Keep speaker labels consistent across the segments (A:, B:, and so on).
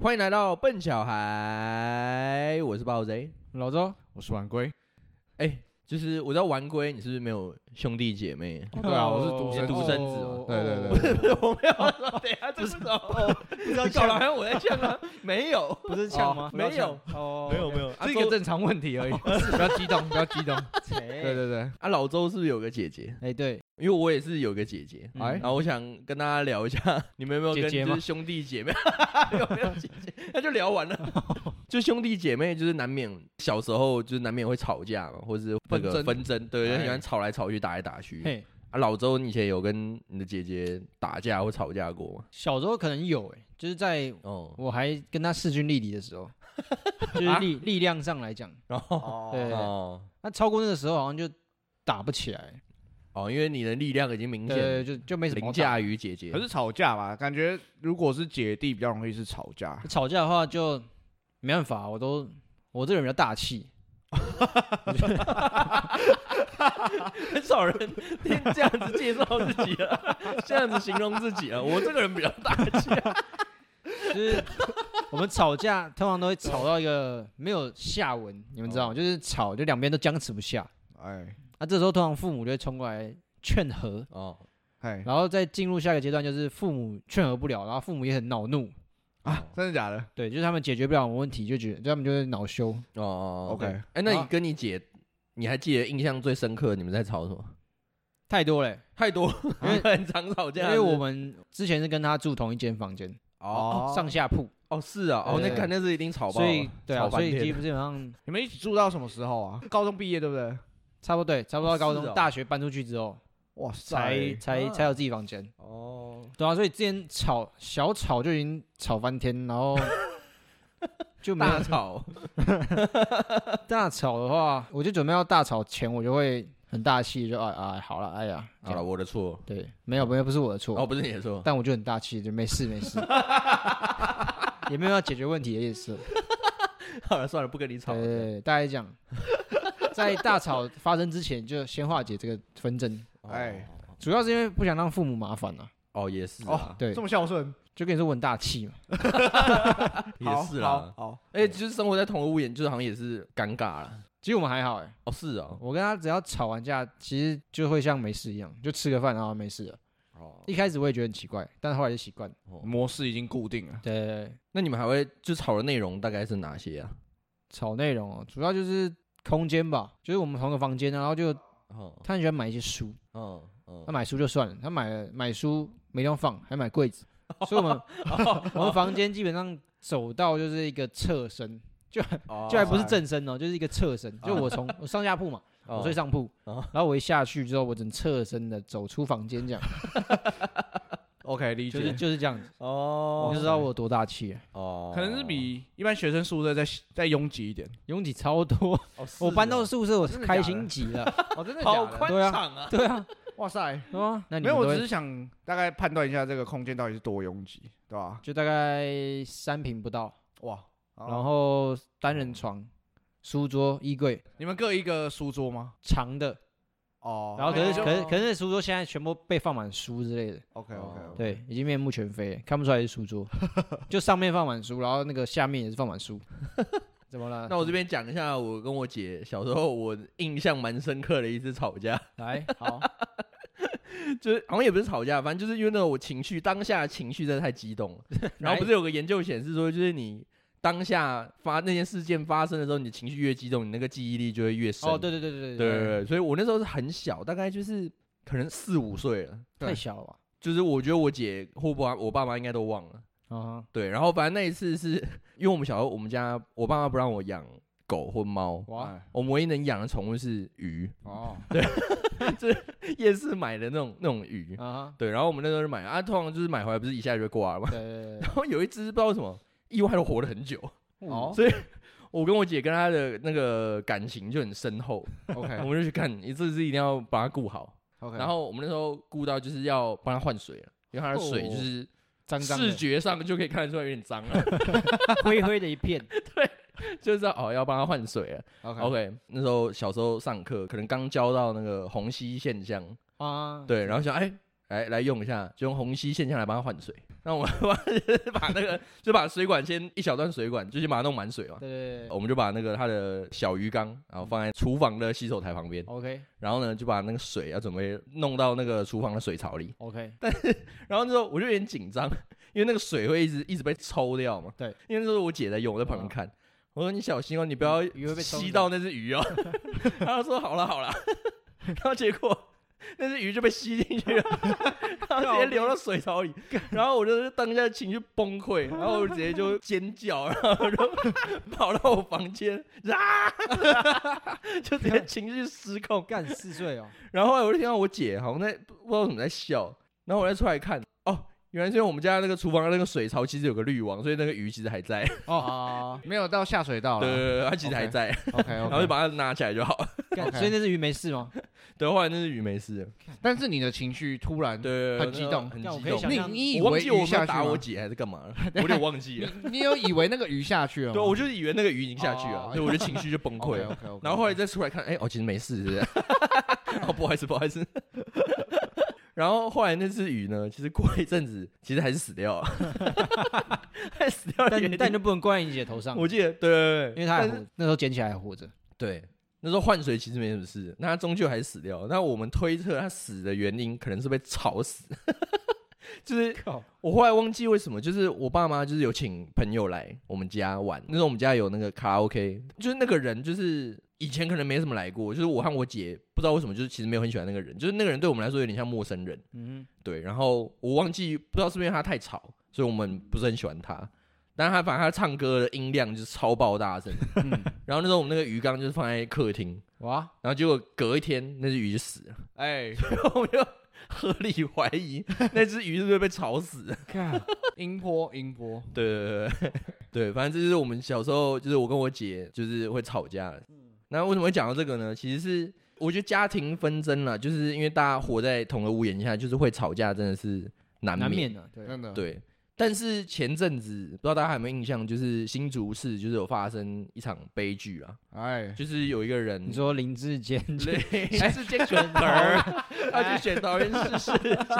A: 欢迎来到笨小孩，我是暴贼。
B: 老周，
C: 我是晚归，
A: 哎，就是我知道玩龟，你是不是没有兄弟姐妹？
C: 对啊我是独生
A: 子独生子
B: 哦
A: 嘛
C: 对对对
A: 不
C: 对
A: 是 不是，我没有 说，等一啊下这是什么？
B: 不
A: 搞得好像我在呛啊？没有，
B: 不是呛吗？
A: 没有
B: 哦，
C: 没有，啊
B: 这
C: 这
B: 个
C: 个正常问题而已，不要激动，不要 激动。
B: 对
C: 对对对，
A: 啊，老周是不是有个姐姐？
B: 哎对，
A: 因为我也是有个姐姐，
B: 嗯
C: 哎
A: 然后我想跟大家聊一下，你们有没有跟
C: 姐姐
A: 就
C: 吗
A: 是兄弟姐妹 有没有姐姐？那就聊完了。就兄弟姐妹就是难免小时候就是难免会吵架嘛，或是那个
C: 纷争
A: 纷争，对，就
C: 哎
A: 喜欢吵来吵去，打来打去。
B: 嘿，
A: 啊，老周，你以前有跟你的姐姐打架或吵架过吗？
B: 小时候可能有哎，就是在
A: 哦，
B: 我还跟他势均力敌的 时候，
C: 啊
B: 就是力力量上来讲，
A: 啊然后
B: 对
A: 哦
B: 那超过那个时候好像就打不起来，
A: 哦，因为你的力量已经明
B: 对，
A: 显
B: 就就没什么
A: 凌
B: 好打。
A: 驾于姐姐。
C: 可是吵架吧，感觉如果是姐弟比较容易是吵架，
B: 吵架的话就没办法，我都我这个人比较大气，
A: 很少人听这样子介绍自己了， 这样子形容自己了。我这个人比较大气、
B: 就是 我们吵架通常都会吵到一个没有下文，你们知
C: 哦
B: 道吗？就是吵就两边都僵持不下，
C: 哎
B: 啊，这时候通常父母就会冲过来劝和，
A: 哦，
C: 哎
B: 然后再进入下一个阶段，就是父母劝和不了，然后父母也很恼怒，
C: 啊，真的假的？
B: 对，就是他们解决不了我们问题，就觉得就他们就会 恼羞。
A: 哦哦
C: OK
A: 哎、那你
B: 好
A: 跟你姐，你还记得印象最深刻你们在吵什么？啊
B: 太多了，
A: 太多，因
B: 因
A: 为
B: 为
A: 很常吵
B: 因
A: 架。
B: 为我们之前是跟他住同一间房间，
A: 哦
B: 上下铺，
A: 哦是啊，哦那
B: 对
A: 肯定是一定吵爆
B: 所
A: 了，
B: 以对啊，
A: 吵
B: 所
A: 翻
B: 以
A: 天
B: 基本上
C: 你们一起住到什么时候啊？高中毕业对不对？
B: 差 不多对，差不多到高中、
A: 是哦
B: 大学搬出去之后，
C: 哇
B: 才
C: 塞，
B: 才
A: 啊
B: 才有自己房间。
A: 哦，
B: 对啊，所以之前吵小吵就已经吵翻天，然后就没有
A: 大吵，
B: 大吵的话，我就准备要大吵前，我就会很大气，就啊啊好了，哎呀，
A: 好了，我的错，
B: 对，没有没有不是我的错，
A: 哦不是你的错，
B: 但我就很大气，就没事没事，也没有要解决问题的意思。
A: 好了算了，不跟你吵
B: 对
A: 了。
B: 对对，大概讲， 在大吵发生之前，就先化解这个纷争，
A: 哦
C: 哎，
B: 主要是因为不想让父母麻烦啊。
A: 哦也是
C: 哦
A: 啊，，
B: 对
C: 这么孝顺，
B: 就跟你说我很大气嘛，
A: 也是
C: 好
A: 啦，
C: 好，
A: 哎，就是生活在同一个屋檐，就是好像也是尴尬了。
B: 其实我们还好哎、
A: 哦是啊，
B: 我跟他只要吵完架，其实就会像没事一样，就吃个饭然后没事了。
A: 哦，
B: 一开始我也觉得很奇怪，但后来就习惯了。
C: 模式已经固定了。
B: 对对对，
A: 那你们还会就吵的内容大概是哪些啊？
B: 吵内容哦，主要就是空间吧，就是我们同个房间啊，然后就
A: 哦
B: 他很喜欢买一些书，
A: 哦哦
B: 他买书就算了，他买了买书没地方放，还 买柜子，所以我们
C: 哦
B: 我们房间基本上走到就是一个侧身，
A: 哦
B: 就还不是正身哦，就是一个侧身，就我从我上下铺嘛，我睡上铺，
A: 哦
B: 然后我一下去之后，我整侧身的走出房间，这样
C: OK，理
B: 就是
C: 解。
B: 就是这样子，
A: 哦
B: 你就知道我有多大 气了，
A: 哦，
C: 可能是比一般学生宿舍再再拥挤一点。
B: 拥挤超多，
A: 哦是
B: 我搬
A: 哦
B: 到宿舍我
C: 真的假
B: 开
C: 的
B: 心极了，
C: 哦，真的
A: 好
C: 假
A: 宽
C: 的？
B: 对啊
A: 敞啊！
B: 对 啊，
C: 哇塞，
B: 对啊，那你
C: 哦没有，
B: 们都
C: 我
B: 会
C: 只是想大概判断一下这个空间到底是多拥挤，对吧？
B: 就大概三平不到，
C: 哇，然
B: 然后单人床、书桌、衣柜
C: 你们各一个书桌吗？
B: 长的，
C: 哦，
B: 然后可是
A: 哦
B: 可是可是那书桌现在全部被放满书之类的，
C: OK OK，
A: 哦
B: 对，已经面目全非了，看不出来是书桌，就上面放满书，然后那个下面也是放满书，怎么了？
A: 那我这边讲一下，我跟我姐小时候，我印象蛮深刻的一次吵架，
B: 来好，
A: 就是好像也不是吵架，反正就是因为那种我情绪当下情绪真的太激动 了。然后不是有个研究显示说，就是你当下发那件事件发生的时候，你的情绪越激动，你那个记忆力就会越深。
B: 哦，对对对
A: 对
B: 对
A: 对，对，所以我那时候是很小，大概就是可能四五岁了，
B: 太小了吧？
A: 就是我觉得我姐或不我爸妈应该都忘了。
B: 啊，
A: 对，然后反正那一次是 因为我们小时候，我们家我爸妈不让我养狗或猫，
B: 哇，
C: 哎
A: 我们唯一能养的宠物是鱼，
C: 哦，
A: 夜市买的那种那种鱼。
B: 啊，
A: 对，然后我们那时候就买啊，通常就是买回来不是一下就会挂了嘛。
B: 对对 对
A: 然后有一只不知道为什么意外的活了很久，
B: 对，
C: 哦
A: 所以我跟我姐跟她的那个感情就很深厚，
B: 哎
A: 我
C: OK
A: 们就去看，一次是一定要把它顾好。
C: OK，
A: 然后我们那时候顾到就是要帮它换水了，因为它的水就是
B: 哦脏脏
A: 视
B: 的，
A: 觉上就可以看得出来有点脏啊了，
B: 灰灰的一片，
A: 就是哦要帮它换水了。
C: OK
A: OK，那时候小时候上课可能刚教到那个虹吸现象，
B: 啊，
A: 对，然后想哎、来来用一下，就用虹吸线下来帮它换水。那我们 把那个就把水管先一小段水管，就先把它弄满水嘛。
B: 对对对
A: 我们就把那个它的小鱼缸，然后放在厨房的洗手台旁边，
B: ，OK
A: 然后呢就把那个水要准备弄到那个厨房的水槽里。
B: OK，
A: 然后那时候我就有点紧张，因为那个水会一直一直被抽掉嘛。
B: 对，嗯
A: 因为那时候我姐在用，我在旁边看，我说你小心哦，你不要
B: 鱼会被抽
A: 吸
B: 走
A: 到那只鱼哦。 她就说好了好了， 然后结果那只鱼就被吸进去了， 然后直接流到水槽里，然后我就是当下情绪崩溃，然后我直接就尖叫，然后我就跑到我房间，啊， 就直接情绪失控。
B: 干四岁哦，
A: 然后后来我就听到我姐好像在不知道怎么在笑，然后我再出来看，哦，原来是因为我们家那个厨房的那个水槽其实有个滤网，所以那个鱼其实还在，
B: 哦，
C: 没有到下水道
A: 对对
C: 了。
A: 对对，它其实还
C: OK
A: 在
C: OK
A: 然后就
C: OK。
A: 把它拿起来就好了。
B: 干
C: OK
B: 所以那只鱼没事吗？
A: 对，后来那只鱼没事了，
C: 但是你的情绪突然，
A: 对，对对
C: 很激
A: 那
C: 动
A: 很
B: 但我
A: 激
B: 可以想
A: 动。
B: 象
C: 你你以
A: 我
C: 为
A: 忘记我
C: 鱼
A: 没有
C: 下去
A: 打我
C: 吗？
A: 姐还是干嘛 了，我有点忘记了。
C: 你你有以为那个鱼下去了吗？
A: 对，我就是以为那个鱼已经下去了，
C: 哦
A: 所以我就情绪就崩溃
C: OK
A: 了。
C: OK OK。
A: 然后后来再出来看，哎、哦，其实没事，是不 是？哦，不好意思，不好意思。 然后后来那只鱼呢，其实过一阵子，其实还是死掉了， 还死掉了
B: 但
A: 原因。
B: 但你就不能怪你姐头上，
A: 我记得，对对对，
B: 因为她还
A: 但
B: 活
A: 是
B: 着，那时候捡起来还活着。
A: 对那时候换水其实没什么事，那它终究还是死掉了。那我们推测它死的原因可能是被吵死， 就是
B: 靠，
A: 我后来忘记为什么，就是我爸妈就是有请朋友来我们家玩，那时候我们家有那个卡拉 OK，就是那个人就是以前可能没什么来过，就是我和我姐不知道为什么就是其实没有很喜欢那个人，就是那个人对我们来说有点像陌生人，
B: 嗯
A: 对。然后我忘记不知道是不是因为他太吵，所以我们不是很喜欢他。但是他反正他唱歌的音量就是超爆大声，
B: 哼嗯，
A: 然后那时候我们那个鱼缸就是放在客厅，
B: 哇，
A: 然后结果隔一天那只鱼就死了，
C: 哎，
A: 我们就合理怀疑那只鱼是不是被吵死了。
B: 看，
C: 音波音波，
A: 对对对对对，反正这就是我们小时候，就是我跟我姐就是会吵架的。那为什么会讲到这个呢？其实是我觉得家庭纷争啦，就是因为大家活在同个屋檐下，就是会吵架，真的是难免。
B: 难免的，对，
C: 真的。
A: 对，但是前阵子不知道大家有没有印象，就是新竹市就是有发生一场悲剧啊，
C: 哎，
A: 就是有一个人
B: 你说林志坚
A: 对
C: 哎是这个
A: 选儿， 他去选导演试试。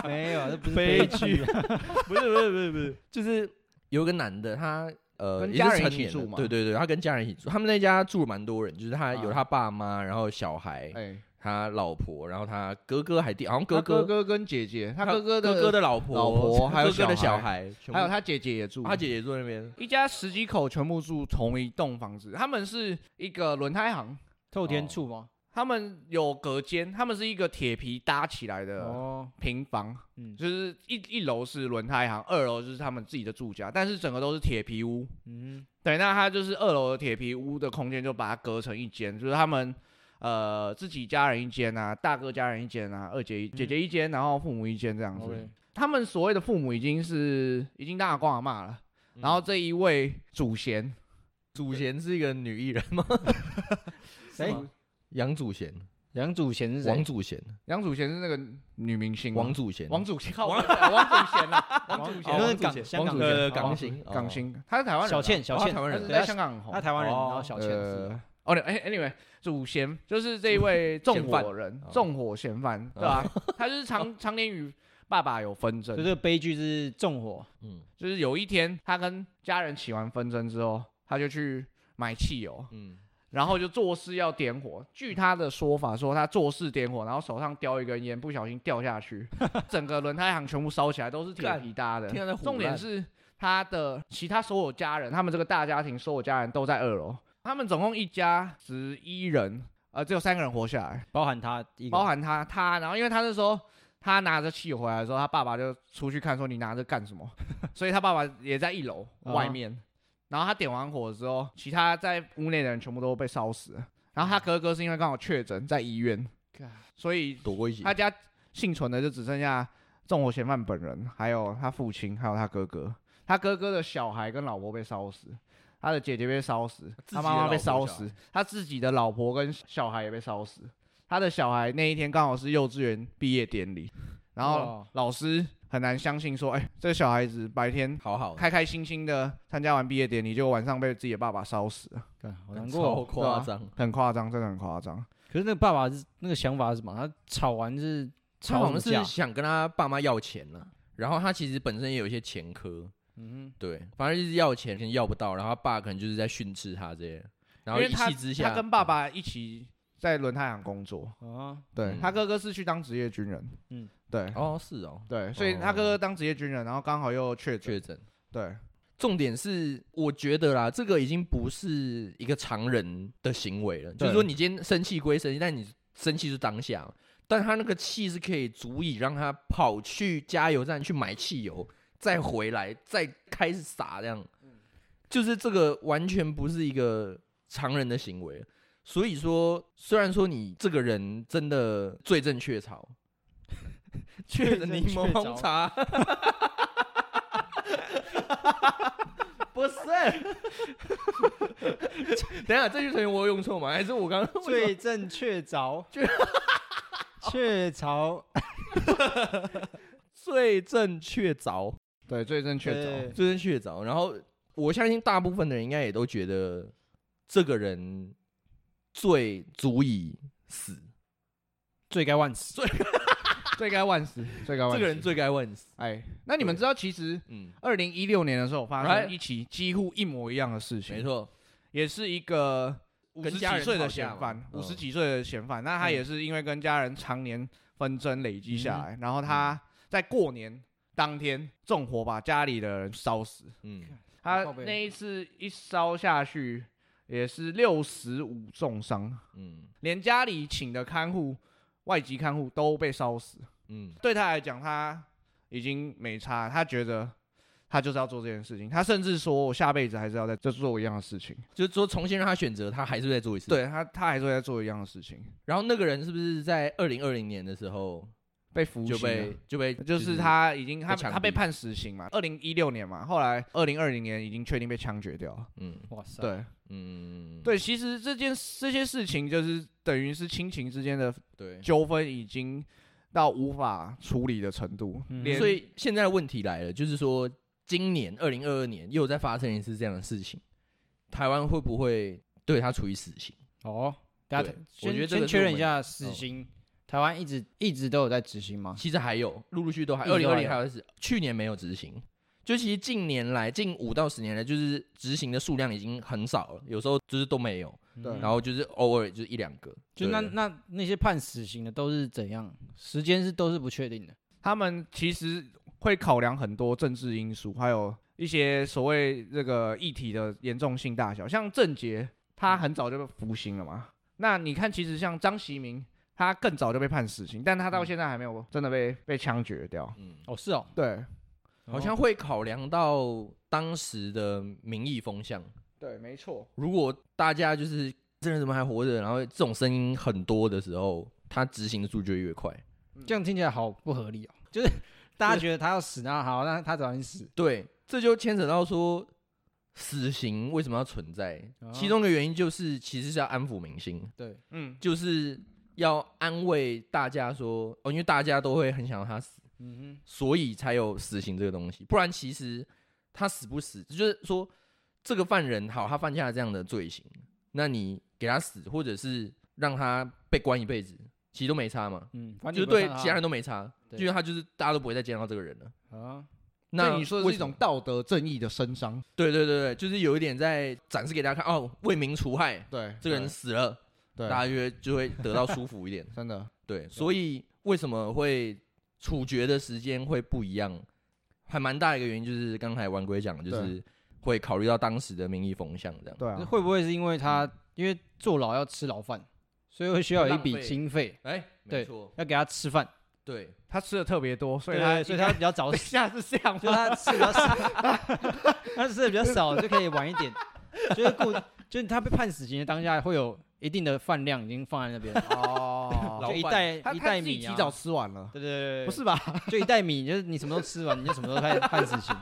B: 没有，这不是
A: 悲
B: 剧， 啊
A: 不是不是不是不是，就是有个男的，他呃
C: 跟
A: 也
C: 家
A: 是成
C: 人一起
A: 年
C: 住
A: 了
C: 嘛
A: 对对对，他跟家人一起住，他们那家住了蛮多人，就是他
C: 啊
A: 有他爸妈，然后小孩，
C: 哎，
A: 他老婆，然后他哥哥还弟，好像
C: 他
A: 哥
C: 哥
A: 哥
C: 哥跟姐姐，他
A: 他
C: 哥哥的
A: 哥哥的老婆，
C: 老婆还有
A: 哥哥的
C: 小
A: 小
C: 孩嗯
A: 孩，全部
C: 还有他姐姐也住，
A: 他姐姐住那边，
C: 一家十几口全部住同一栋房子，他们是一个轮胎行，
B: 透天处吗？
C: 他们有隔间，他们是一个铁皮搭起来的
B: 哦，
C: 平房，
B: 嗯
C: 就是一一楼是轮胎行，二楼就是他们自己的住家，但是整个都是铁皮屋。
B: 嗯，
C: 对，那它就是二楼的铁皮屋的空间，就把它隔成一间，就是他们呃自己家人一间啊，大哥家人一间啊，二姐一姐姐一间，然后父母一间这样子。
B: 嗯 OK
C: 他们所谓的父母已经是已经当阿公阿妈了，
B: 嗯
C: 然
A: 嗯
C: 后这一位祖贤，
A: 祖贤是一个女艺人吗？
B: 谁？
A: 杨祖贤，
B: 杨祖贤是
A: 王
B: 谁？
A: 祖贤，
C: 杨祖贤是那个女明星吗，
A: 王祖贤，
C: 嗯王祖贤，靠王祖贤啊， 王祖
A: 哦
C: 贤，
B: 那
A: 王
B: 是
A: 祖
B: 港
A: 贤
B: 香
C: 王
B: 港
C: 祖
B: 人
A: 呃
B: 哦
A: 港星，哦
C: 港，星，他是台湾人啊，
B: 小倩，小
A: 哦他
B: 倩，
A: 台湾
C: 他
A: 人
C: 是
B: 对
C: 在
B: 他
C: 香港很红
B: 他。台湾人，
A: 哦
B: 然后小倩是
C: 呃，哦，哎，anyway，祖贤就是这一位纵火人
A: 哦，
C: 纵火嫌犯，对吧、他就是常常年与爸爸有纷
B: 所以
C: 争，
B: 这个悲剧是纵火，
A: 嗯
C: 就是有一天他跟家人起完纷争之后，他就去买汽油，
A: 嗯，
C: 然后就做事要点火。据他的说法说，他做事点火，然后手上叼一根烟，不小心掉下去， 整个轮胎行全部烧起来，都是铁皮搭的
A: 干听起来。胡
C: 重点
A: 乱
C: 是他的其他所有家人，他们这个大家庭所有家人都在二楼，他们总共一家十一人，呃，只有三个人活下来，
B: 包含他一个，
C: 包含他他，然后因为他那时候。他拿着汽油回来的时候，他爸爸就出去看，说你拿着干什么？ 所以他爸爸也在一楼
B: 啊
C: 外面。然后他点完火之后，其他在屋内的人全部都被烧死了。然后他哥哥是因为刚好确诊在医院，所以
A: 躲过一劫
C: 他，家幸存的就只剩下纵火嫌犯本人，还有他父亲，还有他哥哥。他哥哥的小孩跟老婆被烧死，他的姐姐被烧死，
A: 自己
C: 他
A: 的
C: 妈妈被
A: 老
C: 烧
A: 婆
C: 死，他自己的老婆跟小孩也被烧死。他的小孩那一天刚好是幼稚园毕业典礼，然后
B: 哇
C: 老师很难相信说，哎、这小孩子白天
A: 好好的，
C: 开开心心的参加完毕业典礼，结果晚上被自己的爸爸烧死了，
B: 干，好难
A: 超
C: 哦
B: 过。哦
A: 夸张，
C: 很夸张，真的很夸张。
B: 可是那个爸爸是那个想法是什么？他吵完是
A: 他
B: 吵
A: 好
B: 什么
A: 像
B: 架
A: 是？想跟他爸妈要钱了、然后他其实本身也有一些前科，
C: 嗯
A: 对，反正就是要钱，可能要不到，然后他爸可能就是在训斥他这些，然后
C: 哼，
A: 一
C: 因为他
A: 气之下，
C: 他跟爸爸一起在轮胎行工作，
B: 啊，
C: 对
A: 嗯
C: 他哥哥是去当职业军人，
B: 嗯
C: 嗯，对
A: 哦是哦
C: 对，所以他哥哥当职业军人，然后刚好又确诊，
A: 确诊，
C: 对，
A: 重点是，我觉得啦，这个已经不是一个常人的行为了。就
C: 对
A: 是说，你今天生气归生气，但你生气是当下，但他那个气是可以足以让他跑去加油站去买汽油，再回来，再开始撒这样。就是这个完全不是一个常人的行为。所以说，虽然说你这个人真的罪证确凿， 确
B: 确
A: 诊
B: 证
A: 柠檬
B: 确凿
A: 茶。 不是，等一下这句成语我有用错吗？还是我刚刚
B: 罪证确 凿，确凿，
A: 罪证确凿，
C: 对，罪证确凿，
B: 对
A: 罪证确凿。然后我相信大部分的人应该也都觉得这个人罪足以死，
B: 罪该万死。
C: 罪该万死，罪该万
A: 这
C: 死。
A: 个人罪该万死。
C: 哎，那你们
A: 对
C: 知道其实
A: 嗯，
C: 二零一六年的时候发生
A: Right
C: 一起几乎一模一样的事情，
A: 没，错，
C: 也是一个五
A: 跟
C: 十
A: 家
C: 几
A: 人
C: 岁
A: 吵
C: 的
A: 架
C: 嫌犯
A: 嘛，嗯
C: 五十几岁的嫌犯，那他也是因为跟家人常年纷争累积下来，然后他在过年当天纵火把家里的人烧死，
A: 嗯，
C: 他
B: 靠北
C: 那一次一烧下去也是六十五重伤，
A: 嗯，
C: 连家里请的看护、外籍看护都被烧死。
A: 嗯，
C: 对他来讲，他已经没差，他觉得他就是要做这件事情。他甚至说我下辈子还是要再再做一样的事情。
A: 就是说重新让他选择，他还是会再做一次。，
C: 对他，他还是会再做一样的事情，
A: 然后那个人是不是在二零二零年的时候
C: 被服
A: 就
C: 刑
A: 被
C: 了。
A: 就被
C: 啊就是他已经
A: 被
C: 他
A: 枪毙
C: 他被判死刑嘛，二零一六年嘛，后来二零二零年已经确定被枪决掉了。
A: 嗯
B: 哇塞，
C: 对
A: 嗯
C: 对，其实这件这些事情就是等于是亲情之间的
A: 对，
C: 纠纷已经到无法处理的程度，
B: 嗯
C: 连
A: 所以现在的问题来了，就是说今年二零二二年又再发生一次这样的事情，台湾会不会对他处以死刑？
B: 哦，大家
A: 对
B: 先
A: 我觉得这
B: 先
A: 个是
B: 确认
A: 我
B: 一
A: 们
B: 下死刑，台湾一直一直都有在执行吗？
A: 其实还有，陆陆续续都还，
B: 啊一
A: 二
B: 直
A: 零
B: 都
A: 二
B: 还有
A: 零还有是去年没有执行，就其实近年来近五到十年来，就是执行的数量已经很少了，有时候就是都没有，
C: 对
A: 然后就是偶尔就是一两个，
B: 嗯就那
A: 对
B: 那那些判死刑的都是怎样？时间是都是不确定的。
C: 他们其实会考量很多政治因素，还有一些所谓这个议题的严重性大小。像郑杰，他很早就被服刑了嘛。那你看，其实像张习明，他更早就被判死刑，但他到现在还没有真的被被枪决掉。
A: 嗯，
B: 哦，是哦，
C: 对
A: 好像会考量到当时的民意风向。
C: 对，没错。
A: 如果大家就是这人怎么还活着，然后这种声音很多的时候，他执行的速度就越快。
B: 这样听起来好不合理哦， 嗯就是大家觉得他要死，那好，那他早点死。
A: 对，这就牵扯到说死刑为什么要存在
B: 啊，
A: 其中一个原因就是其实是要安抚民心，
B: 对，
C: 嗯，
A: 就是要安慰大家说，哦，因为大家都会很想要他死，
B: 嗯
A: 所以才有死刑这个东西，不然其实他死不死，就是说这个犯人好，他犯下了这样的罪行，那你给他死，或者是让他被关一辈子，其实都没差嘛。
B: 哼，嗯，反
A: 就是
B: 正
A: 对其他人都没差，
B: 对
A: 因为他就是大家都不会再见到这个人了。
B: 啊，
A: 那
C: 你说的
A: 为
C: 是
A: 什
C: 一种
A: 么
C: 道德正义的伸张。
A: 对对对对，就是有一点在展示给大家看哦，为民除害，
C: 对，
A: 这个人死了，
C: 对，。
A: 大家就会就会得到舒服一点
C: 真的
A: 对，所以为什么会处决的时间会不一样，还蛮大一个原因就是刚才晚归讲的，就是会考虑到当时的民意风向这样。
C: 对啊
B: 那。会不会是因为他因为坐牢要吃牢饭，所嗯以会需要有一笔
A: 浪费
B: 经费
A: 哎，没
B: 对
A: 错，
B: 要给他吃饭，
A: 对，
C: 他吃的特别多，所以
B: 对
C: 他
B: 所以他比较早
C: 等一
B: 死，
C: 下是这样
B: 就
C: 吗？
B: 他吃比较少，他吃的比较少就可以晚一点，就是顾就是他被判死刑的当下会有一定的饭量已经放在那边，
C: 哦
A: 老
B: 就一
A: 饭
B: 袋
C: 他
B: 一
C: 他
B: 袋
C: 自己
B: 米
C: 提
B: 啊，
C: 早吃完了，
B: 对对对，对
C: 不是吧？
B: 就一袋米，就是你什么时候吃完，你就什么时候 开始判死刑。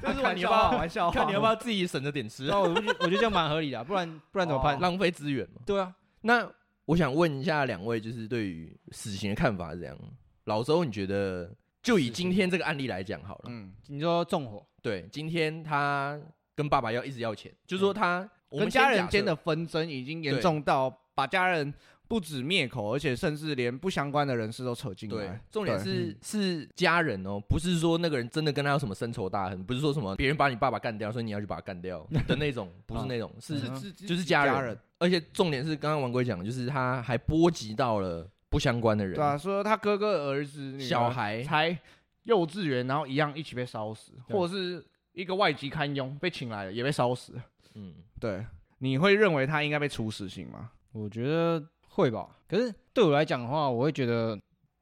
C: 这是
A: 看
C: 玩
A: 你要
C: 笑
A: 不要
C: 话，玩笑啊话。
A: 看你要不要自己省着点吃
B: 对，
C: 哦
B: 啊，我就觉我觉得这样蛮合理的啊，不然不然怎么办？
A: 浪费资源嘛。
B: 对啊，
A: 那我想问一下两位，就是对于死刑的看法是怎样？老周，你觉得就以今天这个案例来讲好了，
C: 嗯，
B: 你说纵火，
A: 对，今天他跟爸爸要一直要钱，就是说他我
C: 嗯跟
A: 们
C: 家
A: 先
C: 人
A: 假
C: 间
A: 设
C: 的纷争已经严
A: 对
C: 重到把家人不止灭口，而且甚至连不相关的人士都扯进
A: 对
C: 来。，
A: 重点
C: 对
A: 是是家人哦，不是说那个人真的跟他有什么深仇大恨，不是说什么别人把你爸爸干掉，所以你要去把他干掉的那种，不是那种，是
B: 嗯
C: 是
A: 就是家人。
C: 家人
A: 而且重点是，刚刚王龟讲，就是他还波及到了不相关的人，
C: 对啊，说他哥哥儿子女儿
A: 小孩，
C: 才幼稚园，然后一样一起被烧死，
B: 对
C: 或者是一个外籍看佣被请来了也被烧死。
A: 嗯，
C: 对，你会认为他应该被处死刑吗？
B: 我觉得会吧。可是对我来讲的话，我会觉得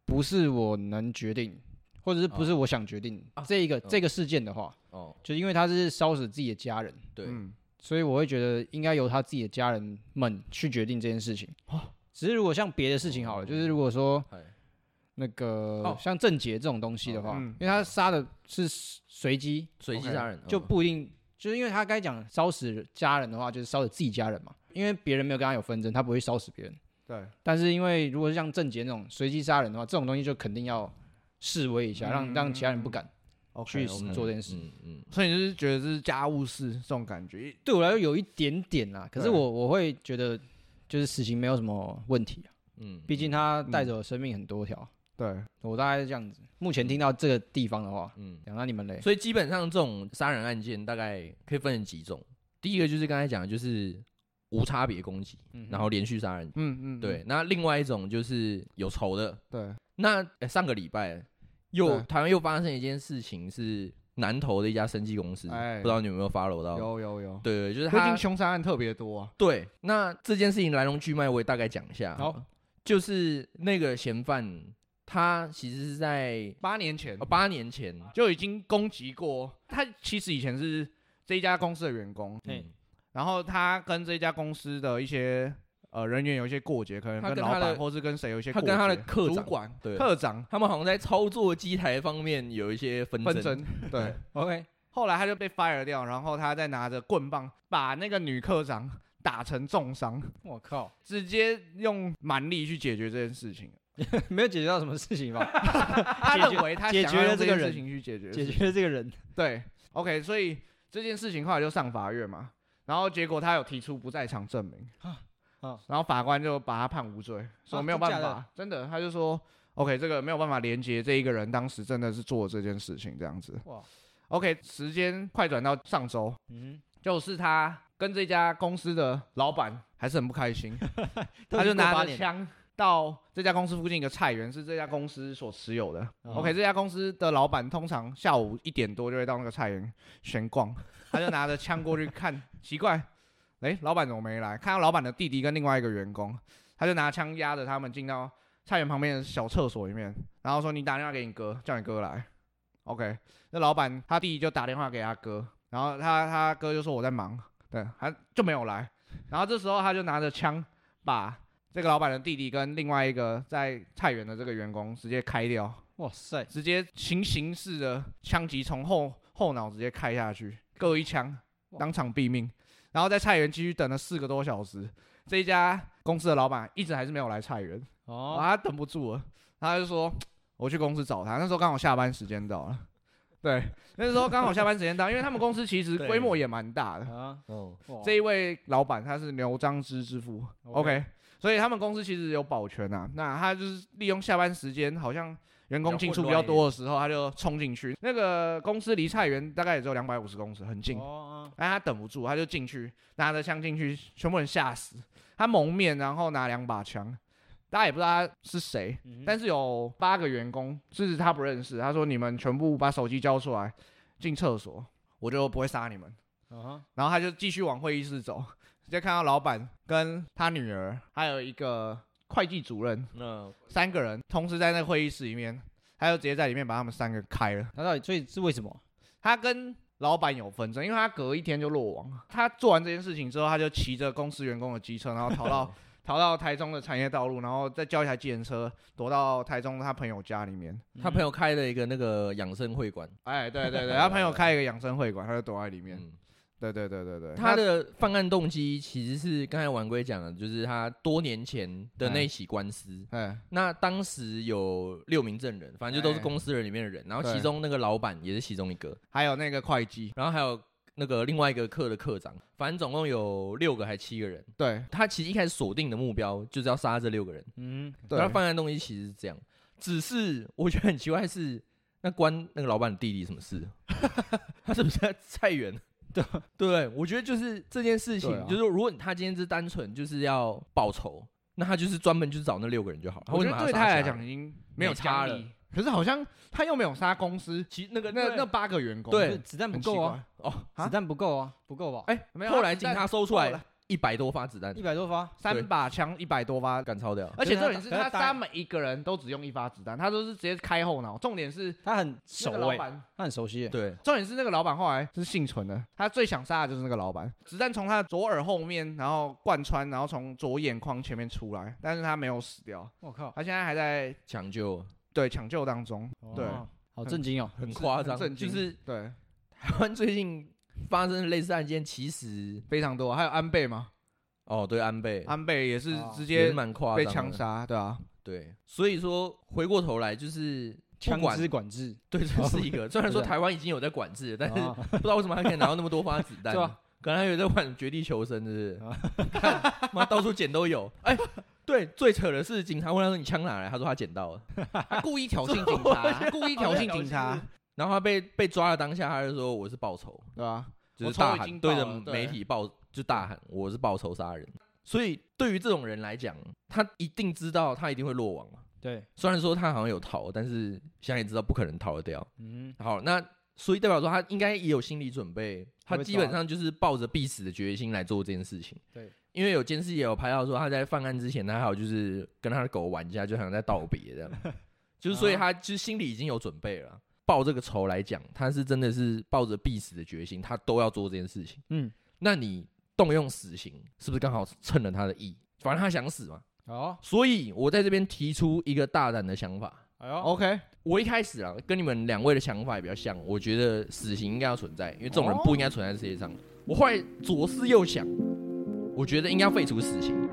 B: 不是我能决定，或者是不是我想决定、
A: 啊
B: 这一个、
A: 嗯
B: 这个事件的话，
A: 哦，
B: 就因为他是烧死自己的家人，
A: 对，
C: 嗯，
B: 所以我会觉得应该由他自己的家人们去决定这件事情。只是如果像别的事情好了，就是如果说
A: 哎
B: 那个
A: 哦
B: 像郑杰这种东西的话，
C: 嗯
B: 因为他杀的是随机，
A: 随机
C: OK，
A: 杀人
B: 就
A: 嗯
B: 不一定，就是因为他该讲烧死家人的话，就是烧死自己家人嘛，因为别人没有跟他有纷争，他不会烧死别人。
C: 对，
B: 但是因为如果是像郑杰那种随机杀人的话，这种东西就肯定要示威一下，让让其他人不敢。
C: o k
B: 去死做这件事
A: 嗯嗯，
C: 所以你就是觉得这是家务事这种感觉，
B: 对我来说有一点点啦，可是
C: 对
B: 我我会觉得就是死刑没有什么问题啊，
A: 嗯，
B: 毕竟他带走生命很多条。
C: 对，
B: 我大概是这样子。目前听到这个地方的话，
A: 嗯，
B: 讲到你们嘞，
A: 所以基本上这种杀人案件大概可以分成几种，第一个就是刚才讲的，就是无差别攻击，然后连续杀人，
C: 嗯嗯，
A: 对，那另外一种就是有仇的，
C: 对，
A: 那、呃上个礼拜又
C: 对
A: 台湾又发生一件事情，是南投的一家生技公司，
C: 哎
A: 不知道你有没有 follow 到？
C: 有有有，
A: 对对，就是
C: 最
A: 他
C: 近凶杀案特别多啊，
A: 对。那这件事情来龙去脉，我也大概讲一下。
B: 好，
A: 就是那个嫌犯，他其实是在
C: 八年前
A: 呃八、年前，
C: 哦就已经攻击过他，其实以前是这一家公司的员工，
B: 哎
A: 嗯
C: 然后他跟这家公司的一些呃人员有一些过节，可能
A: 他跟
C: 老
A: 他的
C: 板或是跟谁有一些
A: 他
C: 过节，
A: 跟他的课
C: 主
A: 长
C: 管、
A: 对
C: 课长
A: 他们好像在操作机台方面有一些纷
C: 纷
A: 争。
C: 争，对。
B: ，OK，
C: 后来他就被 fire 掉，然后他再拿着棍棒把那个女科长打成重伤，
B: 我靠，
C: 直接用蛮力去解决这件事情。
B: 没有解决到什么事情吧？
C: 他认为他
B: 解决
C: 想要
B: 了
C: 用
B: 这
C: 件
B: 个人
C: 事情去解决，
B: 解决这个人，
C: 对，OK，所以这件事情后来就上法院嘛，然后结果他有提出不在场证明
B: 啊啊
C: 然后法官就把他判无罪，说
B: 啊
C: 没有
B: 真
C: 办
B: 假的
C: 法，真的，他就说 OK，这个没有办法连接这一个人当时真的是做这件事情这样子。
B: 哇，
C: OK，时间快转到上周，
B: 嗯，
C: 就是他跟这家公司的老板还是很不开心，他就拿着
B: 枪，
C: 枪到这家公司附近一个菜园，是这家公司所持有的。
B: 哦
C: 嗯 OK，这家公司的老板通常下午一点多就会到那个菜园闲逛，他就拿着枪过去看，奇怪，哎、老板怎么没来？看到老板的弟弟跟另外一个员工，他就拿枪压着他们进到菜园旁边的小厕所里面，然后说：“你打电话给你哥，叫你哥来。” OK，那老板他弟弟就打电话给他哥，然后他他哥就说我在忙，对，他就没有来。然后这时候他就拿着枪把这个老板的弟弟跟另外一个在菜园的这个员工直接开掉，
B: 哇塞，
C: 直接行刑式的枪击从后后脑直接开下去，各一枪，
B: 哇
C: 当场毙命。然后在菜园继续等了四个多小时，这一家公司的老板一直还是没有来菜园，
B: 哦，
C: 啊，他等不住了，他就说我去公司找他。那时候刚好下班时间到了，对，那时候刚好下班时间到，因为他们公司其实
A: 对
C: 规模也蛮大的。
B: 啊，
A: 哦，
B: 哇
C: 这一位老板他是牛樟芝之父
B: OK
C: ，OK，所以他们公司其实有保全啊。那他就是利用下班时间，好像员工进出比较多的时候，他就冲进去。那个公司离菜园大概也只有两百五十公尺，很近。
B: 哦，
C: 但他等不住，他就进去拿着枪进去，全部人吓死。他蒙面，然后拿两把枪，大家也不知道他是谁，
B: 嗯
C: 但是有八个员工是他不认识，他说你们全部把手机交出来，进厕所，我就不会杀你们。
B: 啊
C: 然后他就继续往会议室走， 直接看到老板跟他女儿，还有一个会计主任，
A: 那
C: 三个人同时在那个会议室里面，他就直接在里面把他们三个开了。
B: 他到底所以是为什么？
C: 他跟老板有纷争，因为他隔一天就落网。他做完这件事情之后，他就骑着公司员工的机车，然后逃到 逃到台中的产业道路，然后再叫一台计程车躲到台中他朋友家里面。
B: 嗯
A: 他朋友开了一个那个养生会馆，
C: 哎，对对对， 他朋友开一个养生会馆，他就躲在里面。
A: 嗯，
C: 对对对对对，
A: 他的犯案动机其实是刚才晚归讲的，就是他多年前的那起官司。
C: 那哎
A: 那当时有六名证人，反正就都是公司人里面的人，然后
C: 对
A: 其中那个老板也是其中一个，
C: 还有那个会计，
A: 然后还有那个另外一个课的课长，反正总共有六个还七个人。
C: 对
A: 他其实一开始锁定的目标就是要杀这六个人，
B: 嗯，
C: 对，
A: 他犯案动机其实是这样。只是我觉得很奇怪是，那关那个老板的弟弟什么 事？他是不是在菜园？对对，我觉得就是这件事情，
C: 对啊
A: 就是如果他今天是单纯就是要报仇，那他就是专门就是找那六个人就好了。
C: 我
A: 为
C: 觉
A: 什
C: 得
A: 么
C: 对
A: 还要
C: 他
A: 杀
C: 来
A: 其他人
C: 讲已经
A: 没
C: 没有
A: 差
C: 压
A: 了
C: 力，可是好像他又没有杀公司，
A: 其实那个
C: 那
A: 那
C: 那
A: 那
C: 八个员工，
A: 对
B: 子弹不
C: 很奇
B: 够啊，
A: 哦，
C: 啊
B: 子弹不够啊，不够吧？
C: 怪，哎，没有啊，
A: 后来警察
C: 但
A: 搜出
C: 够
A: 来
C: 了
A: 一百多发子弹
B: 一，百多发，
A: 对
C: 三把枪一百多发，
A: 敢超掉。
C: 而且
B: 真的
C: 重点是
B: 可是
C: 他
B: 打
C: 杀每一个人都只用一发子弹，他都是直接开后脑。重点是
B: 他很熟
C: 那个老
B: 哎，
C: 板，
B: 他很熟悉欸。
A: 对，
C: 重点是那个老板后来是幸存的，他最想杀的就是那个老板。子弹从他的左耳后面，然后贯穿，然后从左眼眶前面出来，但是他没有死掉，
B: 我靠，
C: 他现在还在
A: 抢救
C: 对抢救当中。对
B: 哦，好震惊哦。
A: 很夸张，
C: 震
A: 就
C: 惊
A: 是
C: 对，
A: 台湾最近发生的类似案件，其实
C: 非常多。还有安倍嘛，
A: 哦，对安倍
C: 安倍也是
B: 哦
C: 直
A: 也
C: 接
A: 是蛮夸
C: 被
A: 张
C: 枪
A: 的，
C: 杀，对啊，
A: 对，所以说回过头来就是不
B: 枪
A: 管
B: 支管制，
A: 对，这是一个。虽然说
B: 对啊
A: 台湾已经有在管制，但是
B: 啊
A: 不知道为什么还可以拿到那么多发子弹
B: 对啊，
A: 可能还有在玩绝地求生，是不是？ 看妈到处捡都有，哎。对，最扯的是，警察问他说：“你枪哪来？”他说：“他捡到了。
C: 他故意挑衅警察，他故意挑衅警察，”
A: 然后他被被抓了当下，他就说：“我是报仇。”
C: 对吧？
A: 就
C: 我
A: 是
C: 仇
A: 大
C: 已
A: 喊
C: 经
A: 对
C: 报
A: 着
C: 了对
A: 媒体报就大喊我是报仇杀人。所以对于这种人来讲，他一定知道他一定会落网嘛。
B: 对，
A: 虽然说他好像有逃，但是现在也知道不可能逃得掉。
B: 嗯，
A: 好，那所以代表说他应该也有心理准备，他
B: 会被
A: 基本上就是抱着必死的决心来做这件事情。
B: 对，
A: 因为有监视也有拍到说他在犯案之前，他还有就是跟他的狗玩一下，就好像在道别 这样，就是所以他其实心里已经有准备了。报这个仇来讲，他是真的是抱着必死的决心，他都要做这件事情。
B: 嗯，
A: 那你动用死刑，是不是刚好趁了他的意？反正他想死嘛。
B: 好，
A: 所以我在这边提出一个大胆的想法，
B: 哎呦，
C: OK，
A: 我一开始啊，跟你们两位的想法也比较像，我觉得死刑应该要存在，因为这种人不应该存在世界上。我后来左思右想，我觉得应该要废除死刑，